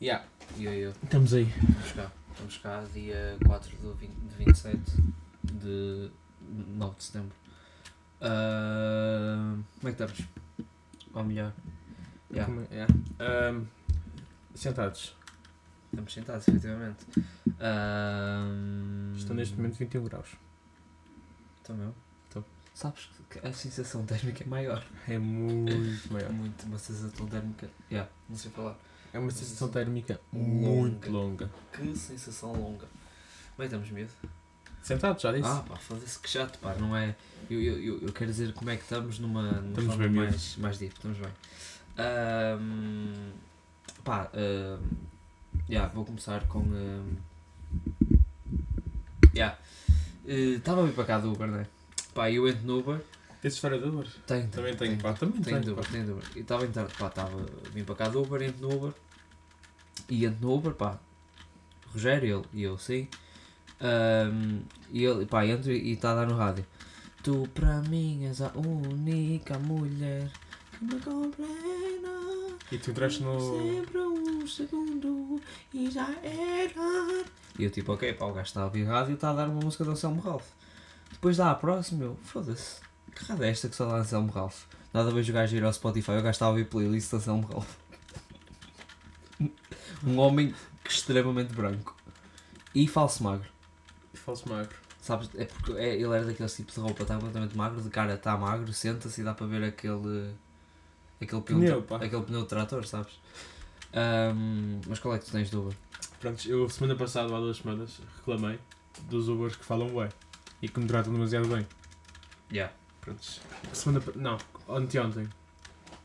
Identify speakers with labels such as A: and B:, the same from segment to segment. A: Yeah, eu, eu.
B: Estamos aí.
A: Vamos cá. Vamos cá, dia 4 do 20, de 27 de 9 de setembro. Ah, como é que estamos? Ou melhor, Yeah.
B: Como é- é? Ahm, Um, sentados.
A: estamos sentados, efetivamente. Ah,
B: Estão neste momento 21 graus.
A: Estão mesmo?
B: Estão.
A: Sabes que a sensação térmica é maior.
B: É muito
A: É
B: maior.
A: muito, uma sensação térmica. Yeah, não sei falar.
B: É uma sensação térmica
A: Longa.
B: muito longa.
A: Que sensação longa. Bem, estamos medo.
B: Sentados, já disse?
A: Ah, pá, foda-se que chato, pá, não é? Eu, eu, eu, eu quero dizer como é que estamos numa, numa
B: Estamos
A: forma
B: bem, miúdo.
A: mais, mais deep, estamos bem. Ahm, pá, ahm, yeah, vou começar com. ahm, yeah. Eh, Estava a vir para cá do Uber, não é? Pá, eu entro no Uber,
B: Tens história do Uber?
A: tenho.
B: Também tenho, pá. Também
A: Tenho de
B: tenho, pá.
A: Uber, tenho de Uber. E estava em tarde, pá, estava, vim para cá do Uber, entro no Uber. E entro no Uber, pá, Rogério, ele e eu, sim. Ahm, e ele, pá, entro e está a dar no rádio. Tu para mim és a única mulher que me complena.
B: E tu entraste no...
A: Sempre um segundo e já era. E eu tipo, ok, pá, o gajo está a ouvir rádio e está a dar uma música do Anselmo Ralph. Depois dá a próxima, eu, foda-se, que rádio é esta que só dá Anselmo Ralph? Nada vez o gajo ir ao Spotify, o gajo está a ouvir playlist do Anselmo Ralph. um homem extremamente branco. E falso magro.
B: Falso magro.
A: Sabes, é porque é- ele era daqueles tipos de roupa, está completamente magro, de cara está magro, senta-se e dá para ver aquele. aquele pneu,
B: Pneu, pá.
A: aquele pneu de trator, sabes? Ahm, mas qual é que tu tens de Uber?
B: Prontos, eu semana passada, ou há duas semanas, reclamei dos Ubers que falam bem e que me tratam demasiado bem.
A: Yeah.
B: Prontos. Semana pa- Não, anteontem.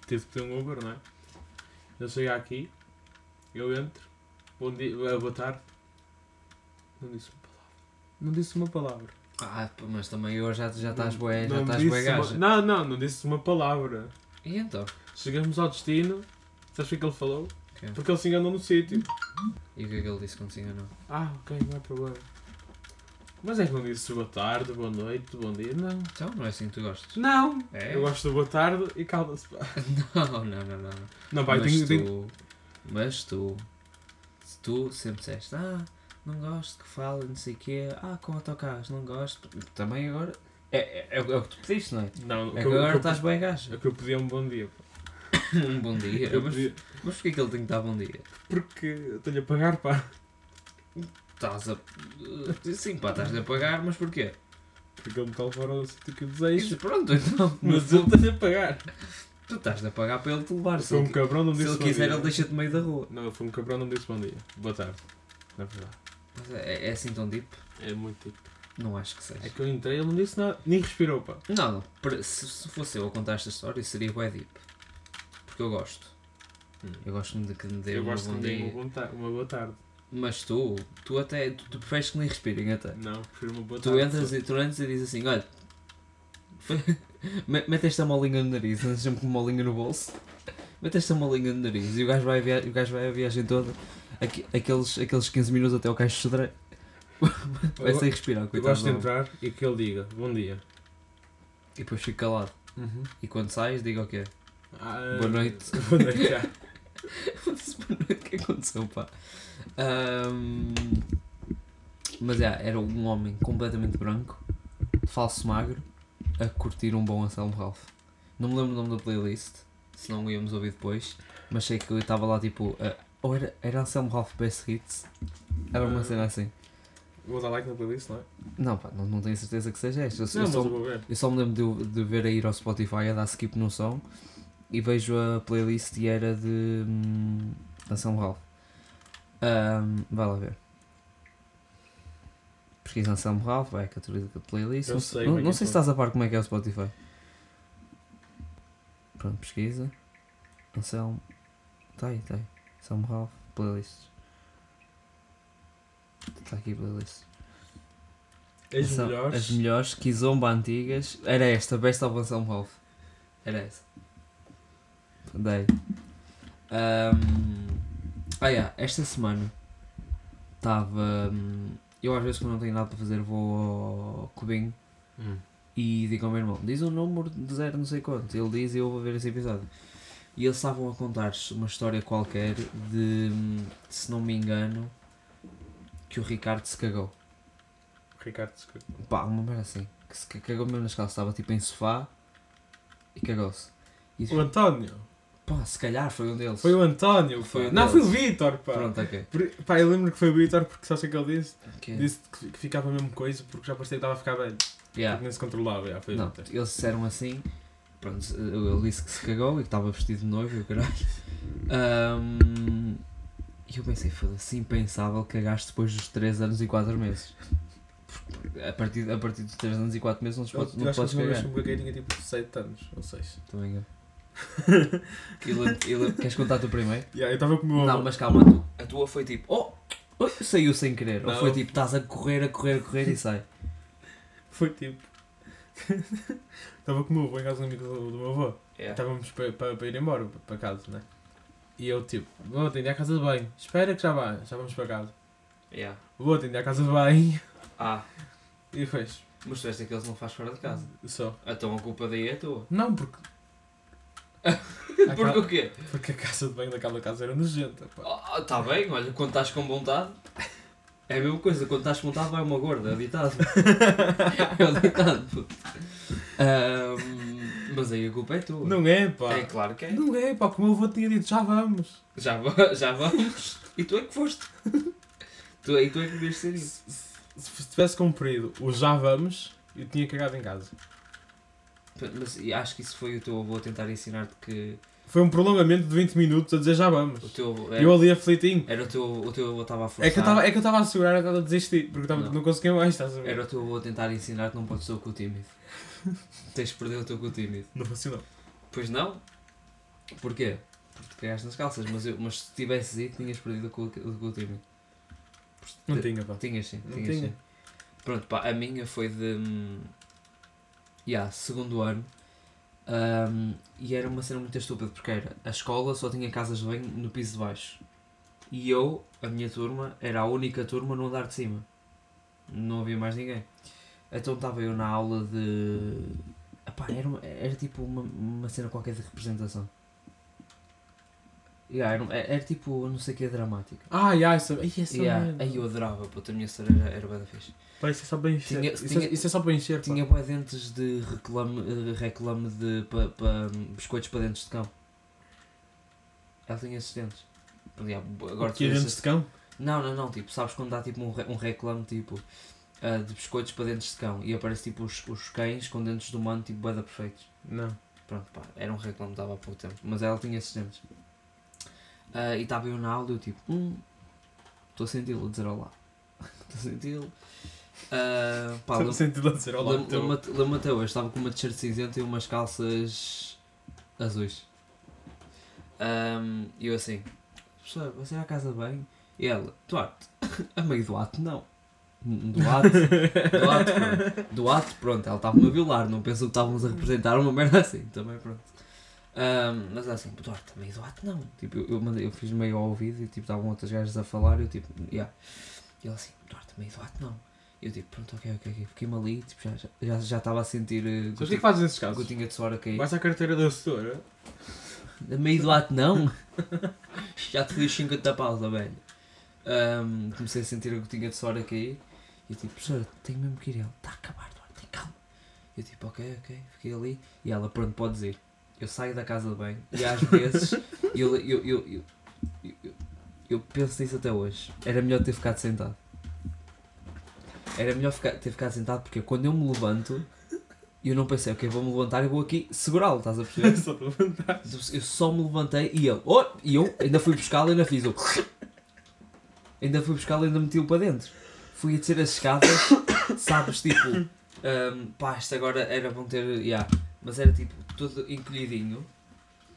B: Tive que ter um Uber, não é? Eu cheguei aqui, eu entro, bom dia, eh, boa tarde. Não disse uma palavra. Não disse uma palavra.
A: Ah, pá, mas também hoje já, já estás bué, já
B: Não
A: estás
B: disse
A: bué
B: uma-
A: gaja.
B: Não, não, não disse uma palavra.
A: E então?
B: Chegamos ao destino, sabes o que é que ele falou?
A: Ok.
B: Porque ele se enganou no sítio.
A: E o que é que ele disse consigo ou não?
B: Ah, ok, não há problema. Mas é que não disse boa tarde, boa noite, bom dia, não.
A: Então, não é assim que tu gostas?
B: Não!
A: É?
B: Hum? Eu gosto do boa tarde e calda-se. pá.
A: Não, não, não, não. não.
B: Não, pá, eu
A: mas,
B: tenho, tenho-
A: tu, mas tu, se tu sempre disseste, ah, não gosto que fale, não sei o quê, ah, com autocarros, não gosto. Também agora, é, é, é o é o que tu pediste, não é?
B: Não, o
A: É
B: que
A: que
B: eu- o
A: agora
B: que eu-
A: estás bem gajo.
B: o que eu pedi é um bom dia. pá.
A: Um bom dia.
B: Eu
A: Mas,
B: pedi-
A: mas porquê que ele tem que dar bom dia?
B: Porque eu tenho a pagar, pá.
A: Estás a. eh, Sim, pá, estás a pagar, mas porquê?
B: Porque ele me está a levar ao sítio que eu
A: Isso,
B: desejo.
A: pronto, então.
B: Mas eu tenho a pagar.
A: Tu estás a pagar para ele te levar. Se
B: Foi um
A: ele,
B: cabrão, não
A: se
B: disse
A: ele
B: bom
A: quiser,
B: dia.
A: ele deixa-te no meio da rua.
B: Não, foi um cabrão, não disse bom dia. Boa tarde. Na verdade.
A: Mas é, é assim tão deep?
B: É muito tipo.
A: Não acho que
B: É
A: seja.
B: que eu entrei, ele não disse nada. Nem respirou, pá.
A: Não, não. para- Se, se fosse eu a contar esta história, seria bem deep. Porque eu gosto. Eu gosto de que me dê
B: Eu
A: um
B: gosto
A: bom
B: de dar uma
A: dia.
B: boa ta- uma boa tarde.
A: Mas tu, tu até. Tu, tu preferes que nem respirem até.
B: Não, prefiro uma boa
A: Tu
B: tarde.
A: entras, e, tu entras e dizes assim: olha, me- mete esta molinha no nariz, andas sempre com uma molinha no bolso, mete esta molinha no nariz e o gajo vai a, via- o gajo vai a viagem toda, aqui- aqueles, aqueles 15 minutos até o caixa cedré, vai
B: Eu-
A: sem respirar,
B: Eu
A: coitado.
B: gosto
A: do
B: de
A: homem.
B: entrar e que ele diga bom dia.
A: E depois fico calado. E quando sais, diga o quê?
B: Ah,
A: Boa noite.
B: Boa noite, já.
A: O que aconteceu, pá? Ahm, mas é, era um homem completamente branco, de falso magro, a curtir um bom Anselmo Ralph. Não me lembro o nome da playlist, se não íamos ouvir depois, mas sei que eu estava lá tipo. a- ou era, era Anselmo Ralph Best Hits? Era
B: Ah.
A: uma cena assim.
B: Vou dar like na playlist, não é?
A: Não, pá, não, não tenho certeza que seja esta. Eu,
B: não,
A: eu
B: mas
A: só,
B: eu
A: um
B: vou ver.
A: eu só me lembro de, eu- de ver a ir ao Spotify a dar skip no som e vejo a playlist e era de hum, Anselmo Ralph. Ahm, vai lá ver. Pesquisa Anselmo Ralph, vai à categoria da playlist.
B: Eu
A: não
B: sei
A: não,
B: como é
A: não
B: que
A: sei
B: é
A: se
B: tudo.
A: estás a par como é que é o Spotify. Pronto, pesquisa. Anselmo. Tá aí, tá aí. Anselmo Ralph, playlists. Está aqui playlist.
B: As
A: São
B: melhores.
A: As melhores, Kizomba antigas. Era esta, Best of Anselmo Ralph. Era essa. Dei. Ahm, ah, yeah, esta semana estava. hum, eu às vezes quando não tenho nada para fazer vou ao cubinho
B: Hum.
A: e digo ao meu irmão: diz o número de zero não sei quanto. Ele diz e eu vou ver esse episódio. E eles estavam a contar uma história qualquer de, hum, se não me engano, que o Ricardo se cagou.
B: Ricardo se cagou.
A: Pá, uma merda assim. Que se cagou mesmo nas calças. Estava tipo em sofá e cagou-se. E
B: O António.
A: pá, se calhar foi um deles.
B: Foi o António.
A: Foi
B: Foi...
A: um
B: Não, foi o
A: deles.
B: Vítor, pá.
A: Pronto, ok.
B: Por- Pá, eu lembro que foi o Vítor porque só sei que ele disse.
A: Que-
B: Disse que, que ficava a mesma coisa porque já parecia que estava a ficar velho.
A: Yeah.
B: Porque nem se controlava. Já, foi o
A: Não,
B: Vítor.
A: eles disseram assim. Pronto, ele disse que se cagou e que estava vestido de noivo e o caralho. Ahm, E eu pensei, foda-se, é impensável cagaste depois dos 3 anos e 4 meses. Porque A partir, a partir dos 3 anos e 4 meses não, te
B: Eu
A: podes,
B: eu
A: não
B: acho que a
A: podes
B: última vez
A: cagar.
B: que eu caguei tinha tipo 7 anos ou 6.
A: Também eu. E lem- e lem- queres contar tu primeiro?
B: Yeah, eu estava com o meu
A: Não,
B: avô.
A: mas calma, a tu- a tua foi tipo, oh, oi, saiu sem querer. Ou
B: Não.
A: foi tipo, estás a correr, a correr, a correr e sai.
B: Foi tipo. Estava com o meu avô em casa de um amigo do do meu avô.
A: É,
B: Estávamos para, para, para ir embora, para, para casa, né? E eu tipo, vou atender à casa de banho. Espera que já vai, já vamos para casa.
A: Yeah.
B: Vou atender à casa de banho.
A: é. Ah,
B: E fez.
A: mas tu és daqueles que não faz fora de casa.
B: Só.
A: Então a culpa daí é tua.
B: Não, porque.
A: Porque o quê?
B: Porque a casa de banho daquela casa era nojenta, pá.
A: Está bem, olha, quando estás com vontade. É a mesma coisa, quando estás com vontade vai uma gorda, é o ditado. é o ditado. puto. Ahm, mas aí a culpa é tua.
B: Não é, pá.
A: É claro que é.
B: Não é, pá. Como o meu avô tinha dito, já vamos.
A: Já, va- já vamos. E tu é que foste. Tu, e tu é que devias ser isso.
B: Se, se- se tivesse cumprido o já vamos, eu tinha cagado em casa.
A: Mas e acho que isso foi o teu avô a tentar ensinar-te que
B: Foi um prolongamento de 20 minutos a dizer já
A: o
B: vamos.
A: teu avô.
B: E eu
A: Era,
B: ali aflitinho.
A: era o, teu, o teu avô estava a forçar.
B: É que eu estava- é que eu estava a segurar, eu estava a desistir, porque eu tava,
A: Não.
B: não. conseguia mais, estás a ver?
A: Era o teu avô a tentar ensinar que não podes ser o cu tímido. Tens de perder o teu cu tímido.
B: Não funcionou.
A: Pois não? Porquê? Porque te cagaste nas calças, mas, eu- mas se tivesses ido, tinhas perdido o cu, o cu tímido.
B: Não
A: Te-
B: tinha, pá.
A: Tinhas sim,
B: Não
A: tinhas
B: tinha.
A: sim. Pronto, pá, a minha foi de. hum, yeah, segundo ano. Hum, e era uma cena muito estúpida, porque era. A escola só tinha casas de banho no piso de baixo. E eu, a minha turma, era a única turma no andar de cima. Não havia mais ninguém. Então estava eu na aula de. Epá, era, uma- era tipo uma, uma cena qualquer de representação. Yeah, era, era tipo, não sei o que, dramática.
B: Ah, yeah, essa, ai, essa
A: Yeah,
B: merda.
A: aí eu adorava, puta, a minha cereira era bem fixe.
B: Pá, isso é só para encher.
A: Tinha-
B: isso,
A: tinha-
B: é, isso é só para encher, pá.
A: Tinha bué dentes de reclame, eh, reclame de pa, pa- biscoitos para dentes de cão. Ela tinha esses dentes. Pronto, já, bo- agora tu
B: Aqui
A: vês
B: dentro de cão.
A: esse- Não, não, não, tipo, sabes quando dá tipo um, re- um reclame tipo ah, de biscoitos para dentes de cão e aparece tipo os, os cães com dentes de humano tipo bué da perfeitos.
B: Não.
A: Pronto, pá, era um reclame que dava há pouco tempo, mas ela tinha esses dentes. Ah, e estava eu na aula e eu tipo, hum, estou a senti-lo a dizer olá. Estou a senti-lo. Ah, pá,
B: Estou
A: lembro-
B: sentindo a dizer olá. então."
A: Lem-
B: muito bom.
A: Lembro-te lembro-te eu, eu estava com uma t-shirt cinzenta e umas calças azuis. Ahm, E eu assim, professor, você é à casa bem? E ela, Duarte, a meio Ah, do ato não. Duarte, Duarte, pronto. Duarte, pronto, ela estava-me a violar, não pensou que estávamos a representar uma merda assim, também pronto. Ahm, mas ela assim, Duarte, a meio do ato não. Tipo, eu, eu, mandei- eu fiz meio ao ouvido e tipo, estavam outras gajas a falar e eu tipo, yeah. E ela assim, Duarte, a meio do ato não. Eu tipo, pronto, ok, ok, ok. Fiquei-me ali, tipo, já estava já, já estava a sentir eh,
B: Sabes o que é
A: goti-
B: que fazes nesses casos?
A: gotinha de suor a cair.
B: Vais à carteira da assessora.
A: A meio do ato, não? já te fiz 50 pausa, velho. Ahm, comecei a sentir a gotinha de suor a cair. E eu tipo, professora, tenho mesmo que ir. Ela, está a acabar, Duarte, tem calma. Eu tipo, ok, ok, fiquei ali. E ela, pronto, podes ir. Eu saio da casa de banho e às vezes eu, eu, eu, eu, eu, eu- eu penso nisso até hoje. Era melhor ter ficado sentado. Era melhor ficar- ter ficado sentado porque quando eu me levanto, eu não pensei, ok, vou-me levantar e vou aqui segurá-lo, estás a perceber?
B: Só para levantar.
A: Eu só me levantei e ele. Oh! E eu ainda fui buscá-lo e ainda fiz o. Ainda fui buscá-lo e ainda meti-o para dentro. Fui a descer as escadas, sabes? Tipo, hum, pá, isto agora era bom ter. Yeah, mas era tipo, todo encolhidinho,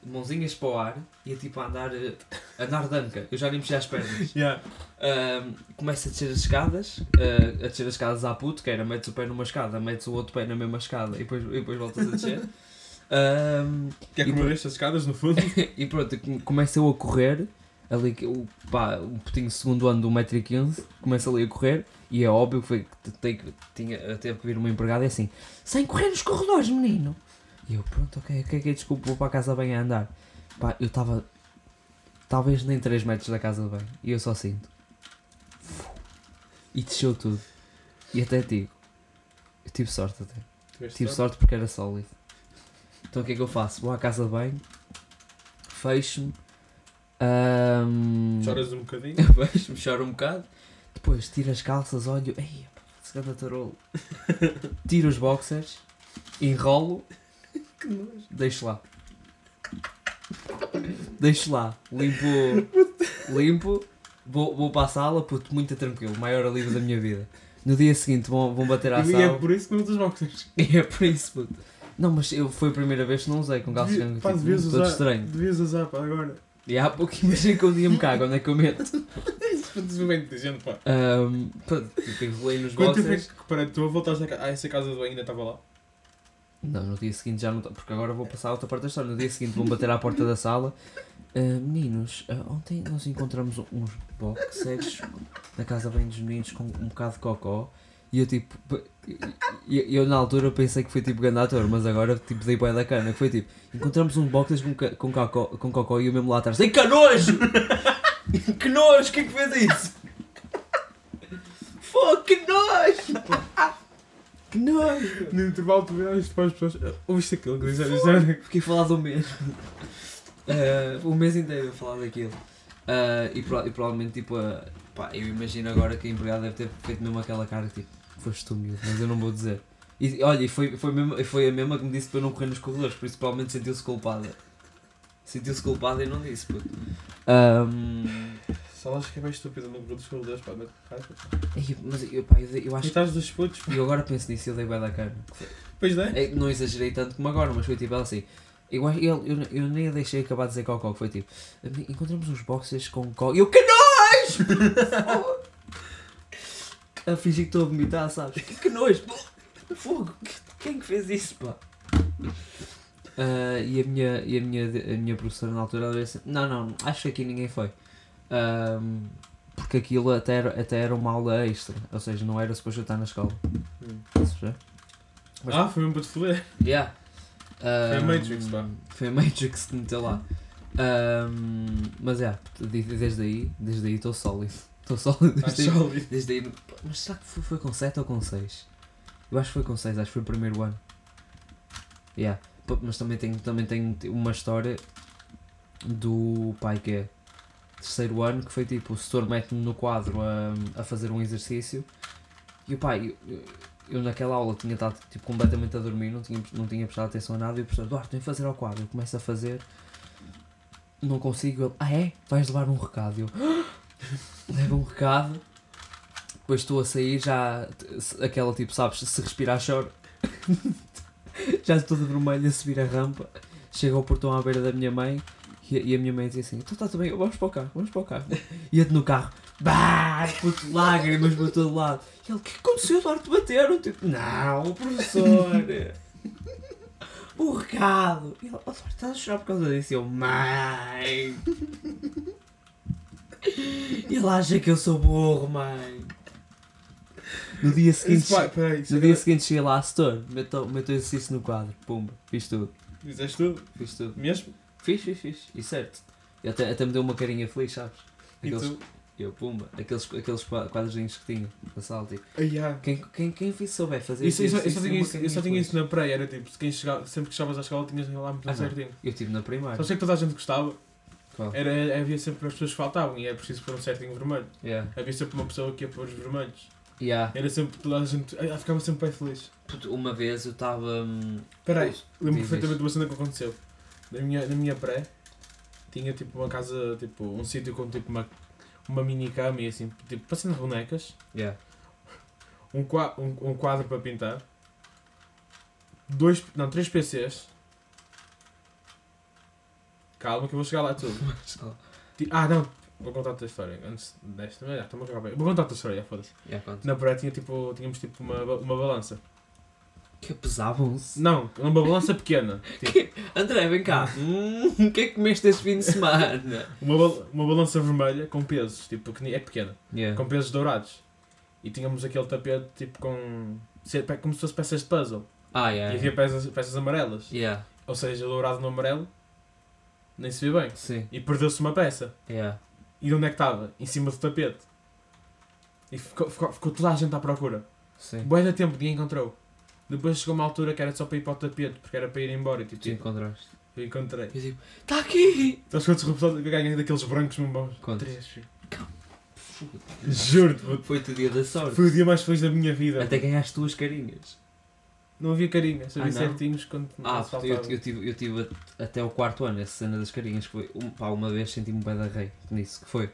A: mãozinhas para o ar e a tipo a andar. eh, a andar danca. Eu já nem mexia as pernas.
B: Yeah.
A: Ahm, começa a descer as escadas, ah, a descer as escadas à puto, que era metes o pé numa escada, metes o outro pé na mesma escada e depois, e depois voltas a descer. Hum, Ahm,
B: Quer
A: E
B: comer estas escadas no fundo?
A: e pronto, com- começo eu a correr, ali que o pá, um putinho de segundo ano de 1,15m, começo ali a correr, e é óbvio que foi que te- tem que- tinha, teve que vir uma empregada e assim, é sem correr nos corredores, menino! E eu, pronto, ok, ok, ok, desculpa, vou para a casa bem a andar. Pá, eu estava. Talvez nem 3 metros da casa de banho. E eu só sinto. E desceu tudo. E até digo. Eu tive sorte até.
B: Tiveste
A: Tive sorte porque era sólido. Então o que é que eu faço? Vou à casa de banho, fecho-me, ahm,
B: Choras um bocadinho.
A: fecho-me, choro um bocado, depois tiro as calças, olho, ei, pá, se ganda tarolo. Tiro os boxers, enrolo, deixo lá. Deixo lá, limpo, limpo, vou, vou para a sala, puto, muito tranquilo, maior alívio da minha vida. No dia seguinte vão, vão bater à
B: E
A: sala.
B: é por isso que não usas boxers.
A: É por isso, puto. Não, mas eu, foi a primeira vez que não usei com calças
B: Devia-
A: cangas.
B: pá,
A: Tipo,
B: devias
A: todo
B: usar-
A: estranho.
B: Devias usar pá, agora.
A: E há pouco imagino que um dia me cago, onde é que eu meto?
B: Isso foi desenvolvimento inteligente, pá.
A: Ahm, pronto, tipo, enrolei nos
B: Quanto tempo é
A: boxers.
B: que para tu voltaste a, ca- a essa casa do ainda estava lá?
A: Não, no dia seguinte já não tá- porque agora vou passar a outra parte da história. No dia seguinte vão bater à porta da sala. Ah, meninos, ah, ontem nós encontramos uns boxers na casa bem dos meninos com um bocado de cocó. E eu tipo, p- e- e- eu, na altura pensei que foi tipo grande ator, mas agora tipo dei bem da cana. Que foi tipo, encontramos um boxers com, ca- com, cocó, com cocó e eu mesmo lá atrás, ei que nojo! que nojo, quem é que fez isso? Fogo, que nojo! que nojo!
B: No intervalo tu olhaste para as pessoas. "Ah, Ouviste aquilo que dizes?
A: Fiquei a falar do mesmo. Eh, o mês inteiro a falar daquilo. Eh, e, pro- e provavelmente, tipo, a- pá, eu imagino agora que a empregada deve ter feito mesmo aquela cara tipo, foste humilde, mas eu não vou dizer. E olha, e foi, foi, mesmo- e foi a mesma que me disse para eu não correr nos corredores, por isso provavelmente sentiu-se culpada. Sentiu-se culpada e não disse, puto. Ahm,
B: Só acho que é bem estúpido no grupo dos corredores, pá, mas raiva.
A: e- é mas eu, pá, eu, dei- eu
B: E
A: acho
B: estás dos putos,
A: E eu agora penso nisso e eu dei bem da cara.
B: pois não é?
A: É, não exagerei tanto como agora, mas foi tipo ela assim. Eu, acho- eu, eu, eu nem a deixei acabar de dizer cocó, que foi tipo. Encontramos uns boxers com cocó. E eu, que nojo! a fingir que estou a vomitar, sabes? Que, que nojo! Fogo! que- Quem que fez isso, pá? Ah, e a minha, e a minha, a minha professora na altura ela disse: assim, Não, não, acho que aqui ninguém foi. Ahm, porque aquilo até era, até era uma aula extra, ou seja, não era suposto eu estar na escola.
B: Hum.
A: Estás a perceber? Mas-
B: Ah, foi mesmo para te foder.
A: Yeah.
B: a
A: Um,
B: Matrix, pá.
A: Foi a Matrix que meteu lá. Um, mas é, de- de- desde aí, desde aí estou sólido. Estou sólido
B: Estás
A: desde aí.
B: sólido.
A: Desde aí. Pá, Mas será que foi, foi com 7 ou com 6? Eu acho que foi com 6, acho que foi o primeiro ano. Yeah. Pá, Mas também tenho, também tenho uma história do pai que é terceiro ano que foi tipo, o setor mete-me no quadro a, a fazer um exercício e o pai, eu, eu- eu naquela aula tinha estado tipo, completamente a dormir, não tinha, não tinha prestado atenção a nada e o professor, Duarte, tem que fazer ao quadro, eu começo a fazer, não consigo, ele, ah é? Vais levar um recado, E eu, leva um recado, depois estou a sair, já se- aquela tipo, sabes, se respirar choro. já estou de vermelho a subir a rampa, chego ao portão à beira da minha mãe e, e a minha mãe diz assim, então está tudo bem, vamos para o carro, vamos para o carro. E eu no carro, bah, puto, lágrimas para todo lado. E ele, o que aconteceu, Eduardo, bateram? Tipo, não, professor. O recado! E ele, oh, Eduardo, estás a chorar por causa disso? E eu, mãe! Ele acha que eu sou burro, mãe. No dia seguinte,
B: Isso, pá, peraí.
A: no dia seguinte cheguei lá à store, meto, meto exercício no quadro, pumba, fiz tudo,
B: Dizeste tudo?
A: fiz tudo.
B: Mesmo?
A: Fiz, fiz, fiz, e certo. E até, até me deu uma carinha feliz, sabes?
B: E
A: Aqueles,
B: tu?
A: Eu, pumba, aqueles, aqueles qua- quadradinhos que tinha na sala, tipo,
B: Ai, ah.
A: quem, quem, quem fiz souber fazer
B: Isso, isso, eu
A: exercício
B: só
A: tem
B: tinha
A: uma
B: isso, eu só
A: carinha
B: tinha
A: feliz.
B: isso na praia, era tipo, se quem chegava, sempre que chegavas à escola tinhas de ir lá muito
A: Ah, não.
B: certinho.
A: Eu tive na
B: Só
A: primária.
B: sei que toda a gente gostava,
A: Qual?
B: era, havia sempre as pessoas que faltavam e era preciso pôr um certinho vermelho.
A: Yeah.
B: Havia sempre uma pessoa que ia pôr os vermelhos.
A: Yeah.
B: Era sempre toda a gente. Ela ficava sempre bem feliz.
A: Puto, Uma vez eu estava. hum,
B: Peraí, lembro
A: Diz
B: perfeitamente de uma cena que aconteceu. Na minha, na minha pré, tinha tipo uma casa, tipo, um sítio com tipo uma, uma mini cama e assim, tipo, passando bonecas,
A: Yeah.
B: um, qua- um, um quadro para pintar, dois, não, três PCs. Calma que eu vou chegar lá tudo. Ti- Ah, não, vou contar-te a história. Antes desta, mas já, estou-me a cagar bem. Vou contar-te a história, foda-se.
A: Yeah, conta.
B: Na pré tinha, tipo, tínhamos tipo uma, ba- uma balança.
A: Que pesavam-se.
B: Não, uma balança pequena. Tipo,
A: André, vem cá. Hum, o que é que comeste este fim de semana?
B: Uma, bal- uma balança vermelha com pesos, tipo, que ni- é pequena,
A: Yeah.
B: com pesos dourados. E tínhamos aquele tapete tipo com. se- pe- como se fosse peças de puzzle.
A: Ah, yeah.
B: E havia peças, peças amarelas.
A: Yeah.
B: Ou seja, dourado no amarelo, nem se vê bem.
A: Sim.
B: E perdeu-se uma peça.
A: Yeah.
B: E onde é que estava? Em cima do tapete. E ficou, ficou, ficou toda a gente à procura.
A: Sim.
B: Boa da tempo, ninguém encontrou. Depois chegou uma altura que era só para ir para o tapete, porque era para ir embora. e Tipo,
A: Tu encontraste.
B: eu tipo, "Tá encontrei. Então,
A: Eu digo, está aqui!
B: Estás quantos rebusados que ganham daqueles brancos mesmo bons?
A: Quantos?
B: Três, filho. Juro-te, puto.
A: Foi-te o dia da sorte.
B: Foi o dia mais feliz da minha vida.
A: Até ganhaste duas carinhas.
B: Não havia carinhas, havia
A: Ah, não?
B: certinhos quando me
A: Ah, porque eu,
B: assaltavam.
A: eu tive, eu tive at- até o quarto ano essa cena das carinhas. Que foi, um- pá, uma vez senti-me bem da rei nisso. Que foi.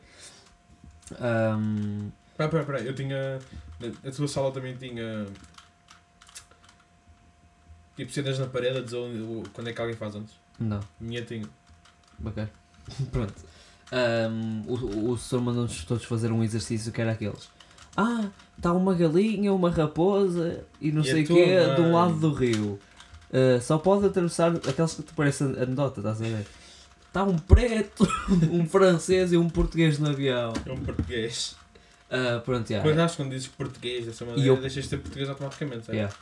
A: ahm,
B: Pera, pera, pera, eu tinha. na- A tua sala também tinha. Tipo cenas na parede a dizer onde- o- quando é que alguém faz antes.
A: não,
B: A minha tinha.
A: bacana. Pronto. Ahm, o, o senhor mandou-nos todos fazer um exercício que era aqueles. Ah, está uma galinha, uma raposa e não
B: E a
A: sei o
B: tua
A: quê de um
B: mãe?
A: lado do rio. Ah, só pode atravessar aqueles que te parecem anedota, estás a ver? Está um preto, um francês e um português no avião.
B: É um português.
A: Ah, pronto, já.
B: É. Mas acho que quando dizes português dessa maneira,
A: eu-
B: deixas de ser português automaticamente, sabe?
A: Yeah.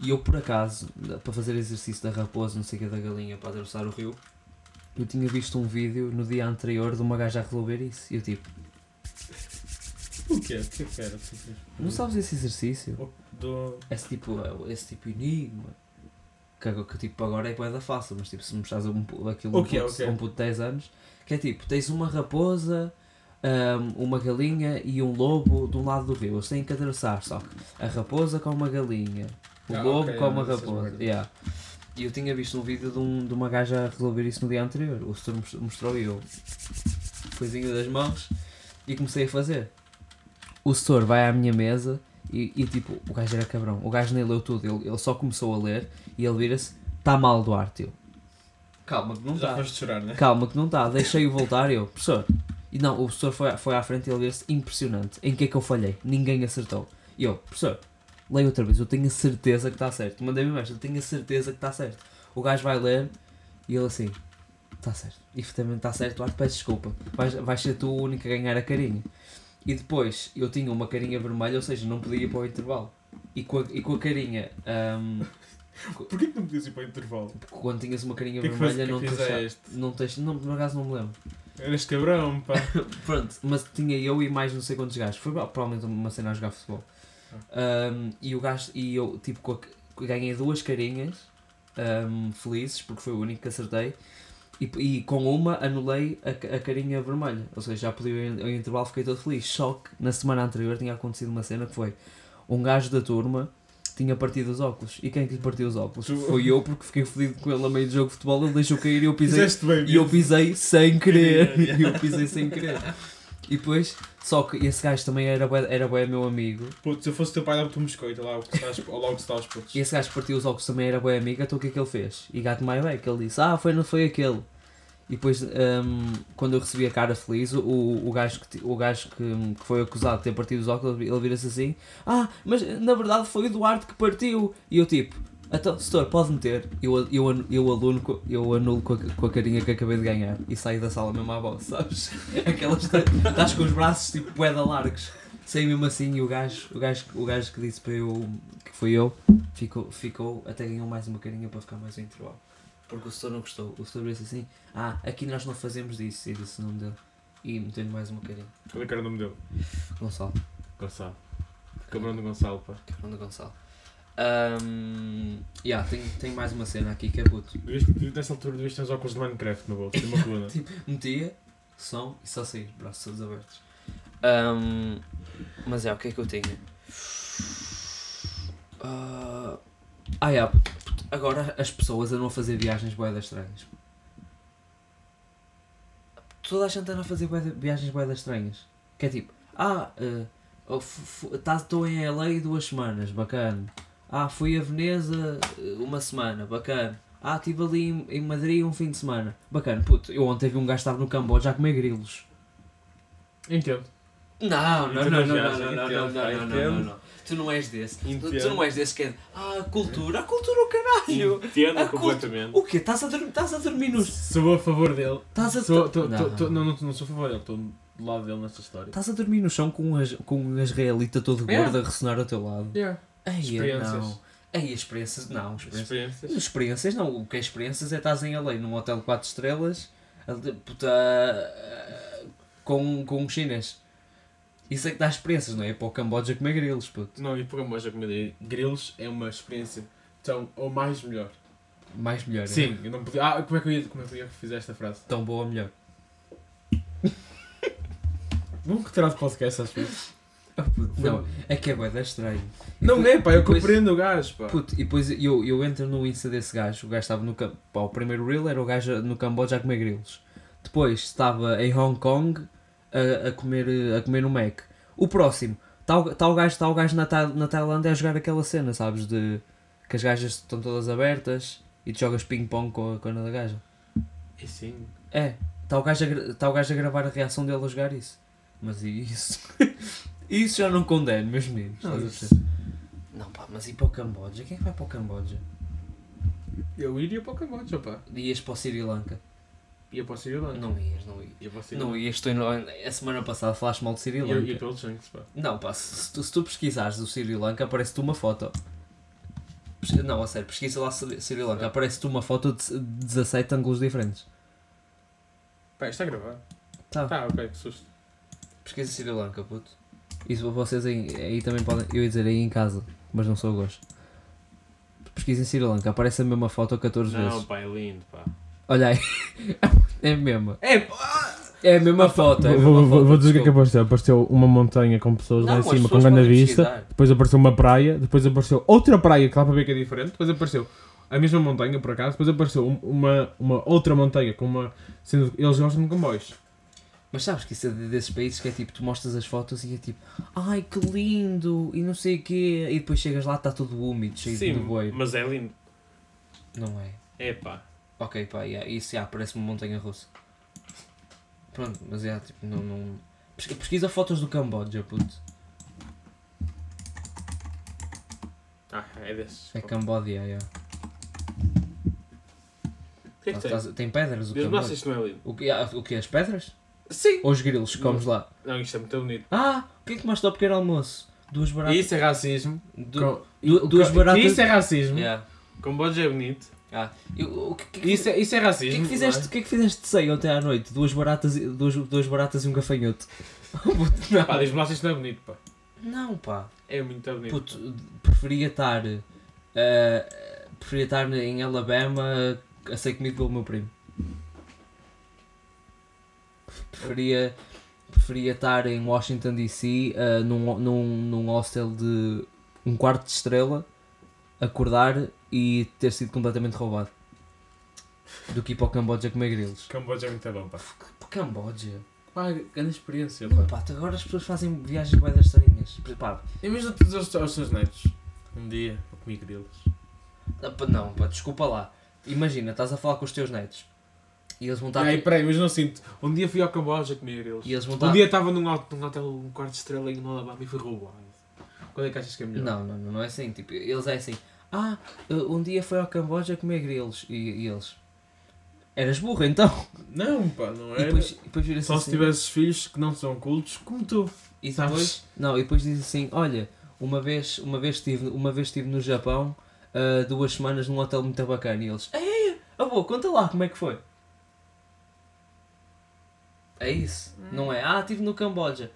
A: E eu, por acaso, para fazer exercício da raposa, não sei o que, da galinha, para atravessar o rio, eu tinha visto um vídeo no dia anterior de uma gaja a resolver isso. E eu, tipo,
B: O quê? O que é que era?
A: não sabes esse exercício?
B: O- Do...
A: Esse tipo, esse tipo enigma. Que, agora- que tipo, agora é boeda fácil, mas tipo, se mostrares um, pu- aquilo a um,
B: Ok,
A: puto,
B: ok.
A: a um puto de 10 anos, que é tipo, tens uma raposa, hum, uma galinha e um lobo de um lado do rio. Eles têm que atravessar, só que a raposa com uma galinha, o
B: Ah,
A: lobo
B: ok,
A: com uma
B: essas
A: raposa.
B: merdas.
A: yeah. E eu tinha visto um vídeo de, um- de uma gaja a resolver isso no dia anterior. O senhor mos- mostrou e eu, coisinha das mãos, e comecei a fazer. O senhor vai à minha mesa e, e, tipo, o gajo era cabrão. O gajo nem leu tudo, ele, ele só começou a ler e ele vira-se: está mal do ar, tio. Calma, que não
B: Já
A: está.
B: foste chorar, né?
A: Calma, que não está, deixei-o voltar e eu, professor. E não, o professor foi, foi à frente e ele disse: impressionante, em que é que eu falhei? Ninguém acertou. E eu, professor, leio outra vez, eu tenho a certeza que está certo. Mandei-me mais, eu tenho a certeza que está certo. O gajo vai ler e ele assim: está certo, efetivamente está certo, Duarte, peço desculca, vais, vais ser tu o único a ganhar a carinha. E depois eu tinha uma carinha vermelha, ou seja, não podia ir para o intervalo. E com a, e com a carinha, ahm,
B: Porquê que não podias ir para o intervalo?
A: porque quando tinhas uma carinha
B: O que é que
A: vermelha,
B: faz- o
A: não
B: que é que
A: tens.
B: fizeste?
A: Não tens. Não, por acaso não me lembro.
B: Eras cabrão, pá.
A: Pronto, mas tinha eu e mais não sei quantos gajos. Foi provavelmente uma cena a jogar futebol. Um, e o gajo, e eu, tipo, com a- ganhei duas carinhas um, felizes, porque foi o único que acertei. E, e com uma anulei a, ca- a carinha vermelha. Ou seja, já podia ir ao intervalo, fiquei todo feliz. Só que na semana anterior tinha acontecido uma cena que foi um gajo da turma tinha partido os óculos. E quem é que lhe partiu os óculos?
B: Tu.
A: Foi eu, porque fiquei fodido com ele a meio do jogo de futebol. Ele deixou cair e eu pisei
B: Fizeste bem,
A: e eu
B: mesmo.
A: pisei sem querer.
B: Yeah.
A: E eu pisei sem querer. E depois, só que esse gajo também era bué, era bué meu amigo.
B: Puto, se eu fosse teu pai, dava-te um biscoito lá, o que estás, lá o que está aos putos.
A: E esse gajo que partiu os óculos também era bué amigo. Então o que é que ele fez? E gato my back. Ele disse: Ah, foi, não foi aquele. E depois, hum, quando eu recebi a cara feliz, o, o gajo, que, ti- o gajo que, que foi acusado de ter partido os óculos, ele vira-se assim: Ah, mas na verdade foi o Duarte que partiu. E eu tipo. Então, setor, pode meter. Eu, eu, anu- eu, aluno, co- eu anulo com a, com a carinha que acabei de ganhar e saio da sala mesmo à bola, sabes? Aquelas. que Estás com os braços tipo boeda largos. Saí mesmo assim e o gajo, o gajo, o gajo que disse para eu que foi eu ficou, ficou até ganhou mais uma carinha para ficar mais um intervalo. Porque o setor não gostou. O setor disse assim: Ah, aqui nós não fazemos isso. E disse o nome dele. E meteu-lhe mais uma carinha.
B: Qual é que era o nome dele?
A: Gonçalo.
B: Gonçalo. Cabrão do Gonçalo, pá.
A: Cabrão do Gonçalo. Ahm, yeah, tem, tem mais uma cena aqui que é puto.
B: Devias- devias- Nessa altura devias ter uns óculos de Minecraft no bolso, numa coluna.
A: Tipo, metia, som e só sair, braços todos abertos. Ahm, mas é, o que é que eu tinha? Ah, ah, é, puto, agora as pessoas andam a fazer viagens boedas estranhas. Toda a gente anda a fazer bué- viagens boedas estranhas. Que é tipo, ah, estou tá, em LA duas semanas, bacana. Ah, fui a Veneza eh, uma semana, bacana. Ah, estive ali em, em Madrid um fim de semana. Bacana, puto, eu ontem vi um gajo que estava no Camboja a comer grilos.
B: Entendo.
A: Não, não,
B: Então
A: não,
B: não
A: não,
B: viaja,
A: não, não, não,
B: entendo,
A: não,
B: pá,
A: não, não, não,
B: entendo.
A: não. Tu não és desse. Tu,
B: Entendo.
A: tu não és desse que é. de, Ah, cultura, a cultura o caralho.
B: Entendo
A: Ah,
B: completamente.
A: O quê? Estás a, dormir- estás a dormir nos.
B: Sou a favor dele.
A: Estás a,
B: Sou, tô- tô-
A: não.
B: tô- não, não, não sou a favor dele, estou do lado dele nesta história.
A: Estás a dormir no chão com um, as- com um israelita todo gordo
B: Yeah.
A: a ressonar ao teu lado.
B: Yeah.
A: Ai,
B: Experiências.
A: É. não. Ai, experiências, não. Experiências.
B: Experiências.
A: Experiências não, o que é experiências é estás em LA num hotel 4 estrelas ali, puta, ah, com, com um chinês. Isso é que dá experiências, não é? Para o Camboja comer grilos, puto.
B: Não, e por amor de comida grilos é uma experiência tão ou mais melhor.
A: Mais melhor. é?
B: Sim, eu não podia. Ah, como é que eu ia, como é que eu ia fazer esta frase?
A: Tão boa ou melhor.
B: Vamos retirar de podcast às vezes.
A: Ah, puto, Não, é que é bué da estranho.
B: Não é, pá, eu
A: Depois-
B: compreendo o gajo, pá.
A: Puto, e depois eu, eu entro no Insta desse gajo, o gajo estava no Cam- pá, o primeiro reel era o gajo no Camboja a comer grilos. Depois estava em Hong Kong a, a comer, eh, a comer no Mac. O próximo, está o, tá o gajo, tá o gajo na, Ta- na Tailândia a jogar aquela cena, sabes, de que as gajas estão todas abertas e tu jogas ping-pong com a cona da gaja.
B: E sim.
A: É, está o, gajo a gra- tá o gajo a gravar a reação dele a jogar isso. Mas e isso? isso já não condeno, meus meninos.
B: é
A: estás a perceber? Não, pá, mas e para o Camboja? Quem é que vai para o Camboja?
B: Eu iria para o Camboja, pá.
A: Ias para o Sri Lanka?
B: Ia para o Sri Lanka.
A: Não ias, não ias.
B: Ia para o Sri
A: Não ias, tu ainda- a semana passada falaste mal de Sri
B: Lanka. Eu
A: Lanka.
B: ia pelo Shanks, pá.
A: Não, pá, se, se tu, se tu pesquisares o Sri Lanka, aparece-te uma foto. Pes- Não, a sério, pesquisa lá Sri Sri Lanka, aparece-te uma foto de 17 ângulos diferentes.
B: Pá, isto está a gravar.
A: Tá,
B: Tá, ok, que susto.
A: pesquisa Sri Lanka, puto. Isso vocês aí, aí também podem, eu ia dizer aí em casa, mas não sou gosto. Pesquisa em Sri Lanka, aparece a mesma foto 14 vezes.
B: pá, é lindo, pá.
A: Olha aí, é a mesma.
B: É,
A: É a mesma foto, é a mesma
C: Ah, Vou, vou-
A: foto.
C: vou dizer o que é que
A: desculpa.
C: apareceu. Apareceu uma montanha com pessoas
A: Não,
C: lá em
A: as
C: cima, com
A: pessoas
C: grande
A: podem
C: vista.
A: pesquisar.
C: Depois apareceu uma praia. Depois apareceu outra praia que lá para ver que é diferente.
B: diferente.
C: Depois apareceu a mesma montanha, por acaso. Depois apareceu um- uma, uma outra montanha com uma. Sendo, eles gostam de comboios.
A: Mas sabes que isso é de- desses países que é tipo, tu mostras as fotos e é tipo, ai que lindo, e não sei o quê, e depois chegas lá está tudo úmido, cheio de boi.
B: mas é lindo.
A: Não é?
B: É, pá.
A: Ok, pá, yeah, isso já parece uma montanha russa. Pronto, mas é tipo, não. não... Pesqui- Pesquisa fotos do Camboja, puto.
B: Ah, é desses.
A: É
B: pá.
A: Camboja, yeah.
B: O que é que tem?
A: Estás- Tá, tem pedras o
B: Diz-me lá se
A: Camboja.
B: isto não é lindo.
A: O que, ah, o que As pedras?
B: Sim.
A: Ou os grilos que comes lá?
B: Não, isto é muito bonito.
A: Ah, o que é que mais ao pequeno almoço? Duas
B: E
A: baratas.
B: isso é racismo.
A: du-
B: Com-
A: du-
C: O
A: duas
C: ca-
A: baratas.
C: Isso é racismo.
A: Yeah.
B: Camboja é bonito.
A: Ah, e o- o que- que-
B: Isso é, isso é
A: O que
B: racismo.
A: é que fizeste, o que é que fizeste de ceia ontem à noite? Duas baratas, e- duas, duas baratas e um gafanhoto. Oh, Puto,
B: não é? Pá,
A: não.
B: diz-me lá se isto não é bonito, pá.
A: não, pá.
B: É muito bonito.
A: Puto, preferia estar. eh, preferia estar em Alabama a ser comido pelo meu primo. Preferia. Preferia estar em Washington DC eh, num, num, num hostel de um quarto de estrela, acordar e ter sido completamente roubado. Do que ir para o Camboja comer grilos.
B: Camboja é muito bom, pá.
A: Para Camboja?
B: Pá, grande experiência,
A: Não,
B: pá.
A: um pá, agora as pessoas fazem viagens bué das estranhas. Pá,
B: Imagina todos aos, aos seus netos. Um dia, eu comi grilos.
A: ah, pá, não, pá, desculpa lá. Imagina, estás a falar com os teus netos e eles vão estar. tipo,
B: Ai, peraí, mas não sinto. Um dia fui ao Camboja comer grilos.
A: Tá E eles vão tá- estar.
B: Um dia estava num, hot- num hotel, um quarto de estrela em Alabama e fui roubado. Quando é que achas que é melhor?
A: Não, não, não, não é assim. Tipo, eles é assim. Ah, uh, um dia foi ao Camboja comer grilos. E, e eles. Eras burro então?
B: Não, pá, não
A: E
B: é.
A: depois, e depois vira-se
B: Só
A: assim.
B: se tivesses filhos que não são cultos, como tu.
A: E depois, não, e depois diz assim, olha, uma vez, uma vez, estive, uma vez estive no Japão, ah, duas semanas num hotel muito bacana, e eles, ei, avô, conta lá como é que foi. É isso, não é? Ah, estive no Camboja.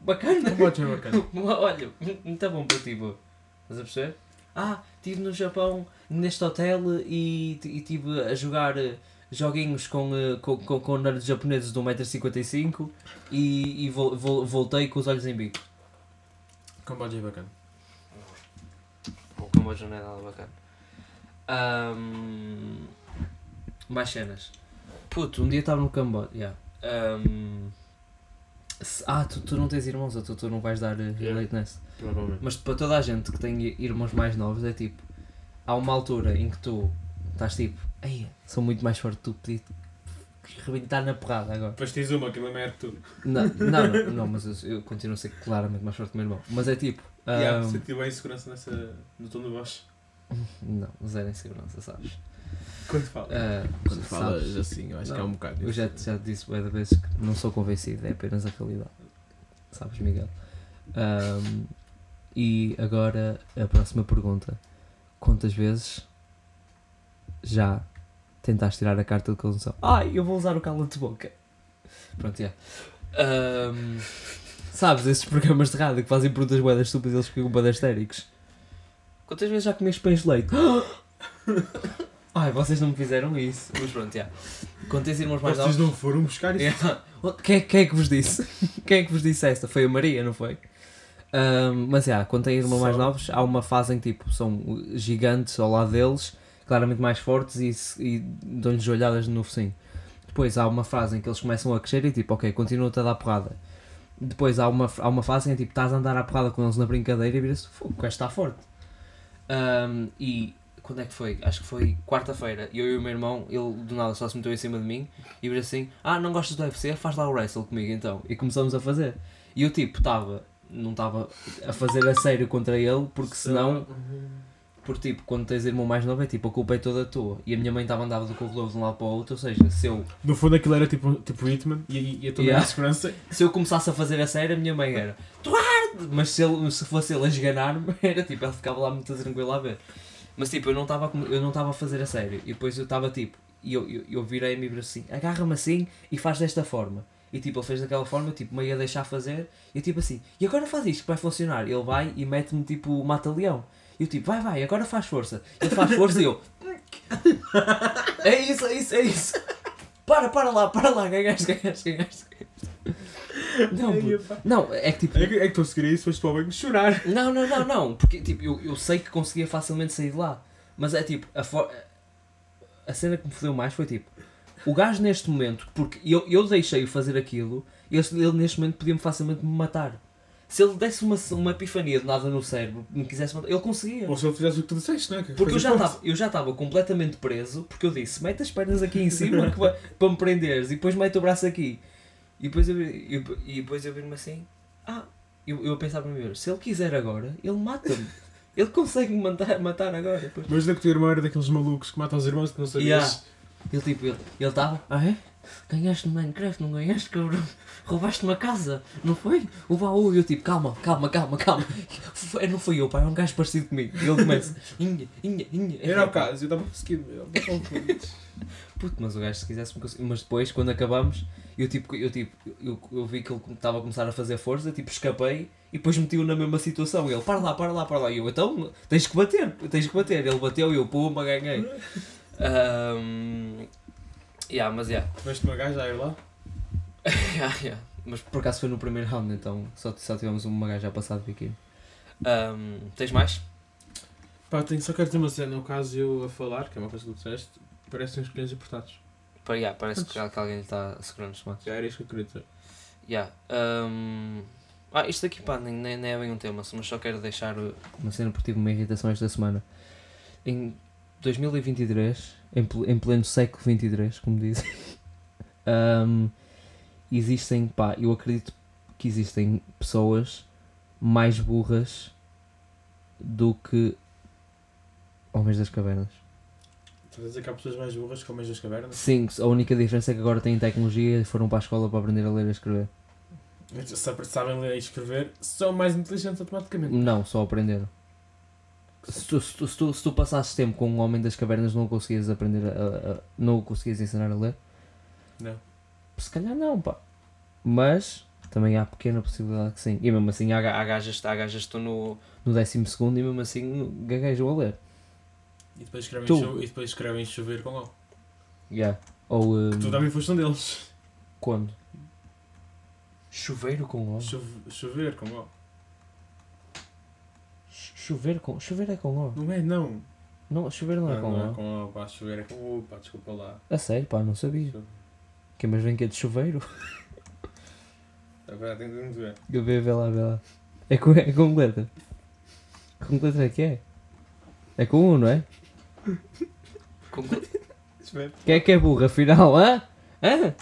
A: Bacana.
B: Camboja é bacana.
A: Olha, muito bom para ti, boa. Estás a perceber? Ah, estive no Japão, neste hotel, e estive a jogar eh, joguinhos com, eh, com, com, com nerds japoneses de 1,55m e, e vol- vol- voltei com os olhos em bico.
B: Camboja é bacana.
A: O Camboja não é nada bacana. Ahm, mais cenas. Puto, um dia estava no Camboja. yeah. Ahm, se- ah, tu, tu não tens irmãos, ou tu, tu não vais dar eh,
B: Yeah.
A: relate nessa.
B: Provavelmente.
A: Mas para toda a gente que tem irmãos mais novos, é tipo, há uma altura em que tu estás tipo, ei, sou muito mais forte do que tu, podia rebentar na porrada agora.
B: Depois tens uma, aquilo é maior que tu.
A: Não, não, não, não, mas eu, eu continuo a ser claramente mais forte que o meu irmão. Mas é tipo,
B: Yeah,
A: ahm,
B: senti bem segurança nessa, no tom de voz.
A: não, zero insegurança, sabes?
B: Quando fala.
A: Ah, sabes,
C: assim, eu
A: acho que é um
C: bocado.
A: Eu já, já te disse várias vezes que não sou convencido, é apenas a realidade. Sabes, Miguel? Ahm, e agora a próxima pergunta. Quantas vezes já Tentaste tirar a carta de condução. Ah, eu vou usar o cala-te-boca. Pronto, já. Ahm, sabes, esses programas de rádio que fazem perguntas boedas estúpidas eles ficam boedas histéricos. Quantas vezes já comeste pães de leite? Ai, vocês não me fizeram isso. Mas pronto, já. Quando tens irmãos mais altos...
C: Vocês não foram buscar isso?
A: Yeah. Quem, é- quem é que vos disse? Quem é que vos disse esta? Foi a Maria, não foi? Ahm, mas é, quando têm irmãos mais
C: Só-
A: novos, há uma fase em que tipo, são gigantes ao lado deles, claramente mais fortes e, se- e dão-lhes olhadas no focinho. Depois há uma fase em que eles começam a crescer e tipo, ok, continua-te a dar porrada. Depois há uma, há uma fase em que tipo, estás a andar à porrada com eles na brincadeira e vira-se, fogo, o gajo está forte. Ahm, e quando é que foi? Acho que foi quarta-feira. Eu e o meu irmão, ele do nada só se meteu em cima de mim e vira assim: Ah, não gostas do UFC? Faz lá o wrestle comigo então. E começamos a fazer. E eu tipo, estava, não estava a fazer a sério contra ele, porque senão, porque tipo, quando tens irmão mais novo é tipo, a culpa é toda tua. E a minha mãe estava andava do corredor de um lado para o outro, ou seja, se eu,
C: No fundo aquilo era tipo, tipo Hitman e, e, e a
A: Yeah.
C: tua yeah. segurança.
A: se eu começasse a fazer a sério, a minha mãe era Duarte! Mas se, ele, se fosse ele a esganar-me, era tipo, ele ficava lá muito tranquilo a ver. Mas tipo, eu não estava a com- eu não estava a fazer a sério. E depois eu estava tipo, e eu, eu, eu virei-me e virei assim, agarra-me assim e faz desta forma. E tipo, ele fez daquela forma, eu, tipo, meio a deixar fazer, e eu tipo assim, e agora faz isto que vai funcionar. Ele vai e mete-me tipo mata-leão. E eu tipo, vai, vai, agora faz força. Ele faz força e eu. "Hum." É isso, é isso, é isso. Para, para lá, para lá, ganhaste, ganhaste, ganhaste. Não, puto. não, é que tipo.
C: É que é que tu a seguir a isso, foste para o banho chorar.
A: Não, não, não, não. Porque tipo, eu, eu sei que conseguia facilmente sair de lá. Mas é tipo, a, for- a cena que me fodeu mais foi tipo. O gajo neste momento, porque eu, eu deixei-o fazer aquilo, ele, ele neste momento podia-me facilmente me matar. Se ele desse uma, uma epifania de nada no cérebro, me quisesse matar, ele conseguia.
C: Ou se ele fizesse o que tu disseste, não é? Que
A: Porque eu
C: fazes
A: já,
C: ponto.
A: estava, eu já estava completamente preso, porque eu disse, mete as pernas aqui em cima que vai- para me prenderes, e depois mete o braço aqui. E depois eu, vi- eu- e depois eu vi-me assim, ah, eu, eu a pensar para mim, mesmo, se ele quiser agora, ele mata-me. Ele consegue me matar, matar agora. Depois.
C: Imagina que o teu irmão era daqueles malucos que matam os irmãos que não sabias.
A: Ele tipo, ele ele estava, ah é? Ganhaste no Minecraft, não ganhaste, cabrão? Roubaste uma casa, não foi? O baú, e eu tipo, calma, calma, calma, calma. Foi- Não fui eu, pai, é um gajo parecido comigo. E ele começa, inha, inha, inha.
C: Era o
A: Epá,
C: caso, eu estava conseguindo. Então, eu tava conseguindo.
A: Puto, mas o gajo se quisesse me conseguia. Mas depois, quando acabámos, eu tipo, eu tipo, eu, eu vi que ele estava a começar a fazer força, tipo, escapei e depois meti-o na mesma situação. Ele, para lá, para lá, para lá. E eu, então, tens que bater, tens que bater. Ele bateu e eu, puma, ganhei. Ahm, yeah, mas yeah.
C: Veste uma gaja a ir lá.
A: Yeah, yeah. Mas por acaso foi no primeiro round, então só, só tivemos uma gaja a passar de biquíni. Ahm, tens mais?
B: Pá, tenho, só quero dizer uma cena. No caso, eu a falar, que é uma coisa que tu disseste, parecem os colhões importados.
A: Para, yeah, parece que, que alguém lhe tá está segurando os tomates.
B: Já era isso que eu queria dizer.
A: Yeah. hum, Ah, isto aqui pá, nem, nem nem é bem um tema, mas só quero deixar uh, uma cena porque tive uma irritação esta semana. Em 2023, em, pl- em pleno século 23, como dizem, hum, existem, pá, eu acredito que existem pessoas mais burras do que homens das cavernas.
C: Estás a dizer é que há pessoas mais burras que homens das cavernas?
A: Sim, a única diferença é que agora têm tecnologia e foram para a escola para aprender a ler e a escrever.
C: Se sabem ler e escrever, são mais inteligentes automaticamente.
A: Não, só aprenderam. Se tu, se, tu, se, tu, se tu passasses tempo com um homem das cavernas, não o conseguias aprender a, a- a- não o conseguias ensinar a ler?
C: Não.
A: Se calhar não, pá. Mas também há pequena possibilidade que sim. E mesmo assim, há, ga- há gajas há gajas que estão no, no 12 segundo e mesmo assim gaguejam a ler.
C: E depois escrevem,
A: Tu.
C: cho- e depois escrevem chover com O.
A: Yeah. Ou
C: Que tu
A: hum,
C: também foste um deles.
A: quando? Chuveiro com O.
C: Chove- chover com O.
A: Ch- Chover com Chover é com O.
C: Não é, não.
A: Não, chover não é com
C: não é
A: O.
C: com O, pá, chover é com O, pá, desculpa lá.
A: A sério, pá, não sabia. Que mas vem que é de chuveiro.
C: Agora tenho de me ver.
A: Eu vê, vê lá, vê lá. É com, é com que letra? Com que letra é que é? É com um, não é?
C: Espera.
A: Quem é que é burro, afinal, hã? Hã?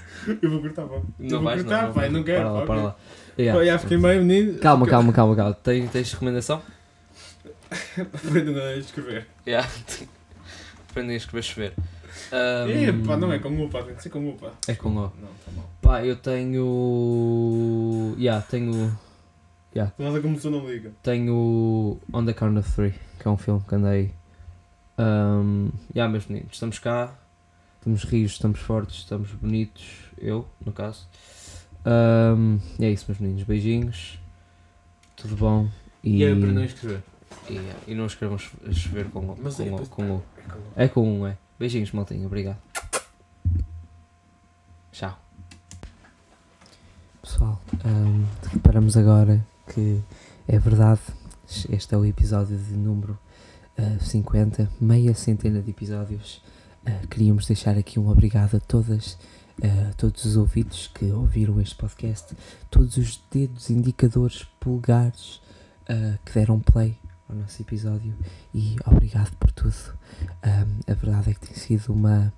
C: Eu vou cortar, pá.
A: Não
C: eu vou
A: vais, não,
C: cortar,
A: não
C: pai,
A: vais.
C: não quero.
A: Para lá,
C: pá,
A: para
C: ok.
A: lá.
C: Pá,
A: Yeah.
C: já fiquei meio menino.
A: Calma, calma, calma, calma. Tens, tens recomendação?
C: Aprendam a escrever.
A: Yeah. Aprendem a escrever chover. Ahm,
C: Ih, pá, não é com O, pá, tem que ser com O, pá.
A: É com O.
C: Não, tá mal.
A: Pá, eu tenho... Yeah, tenho...
C: Nada começou, não liga.
A: Tenho On the Count of Three, que é um filme que andei. Um, yeah, meus meninos, estamos cá. Temos rios, estamos fortes, estamos bonitos. Eu, no caso. Ahm, é isso, meus meninos. Beijinhos. Tudo bom. E,
B: E eu aprendi a escrever.
A: e, e não escrevam cho- chover com o.
B: Mas
A: com
B: é-
A: o- com o- É com um, é. Beijinhos, maltinho. Obrigado. Tchau. Pessoal, hum, reparamos agora que é verdade. Este é o episódio de número ah, 50, meia centena de episódios. Ah, queríamos deixar aqui um obrigado a todas, ah, todos os ouvidos que ouviram este podcast, todos os dedos, indicadores, polegares ah, que deram play ao nosso episódio e obrigado por tudo. Um, a verdade é que tem sido uma,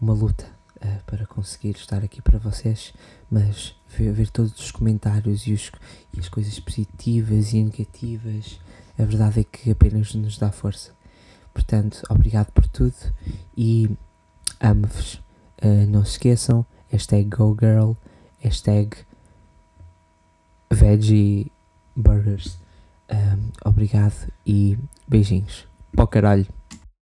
A: uma luta uh, para conseguir estar aqui para vocês, mas ver, ver todos os comentários e, os- e as coisas positivas e negativas, a verdade é que apenas nos dá força. Portanto, obrigado por tudo e amo-vos. Uh, não se esqueçam, hashtag GoGirl, hashtag VeggieBurgers. Um, obrigado e beijinhos. Pó caralho.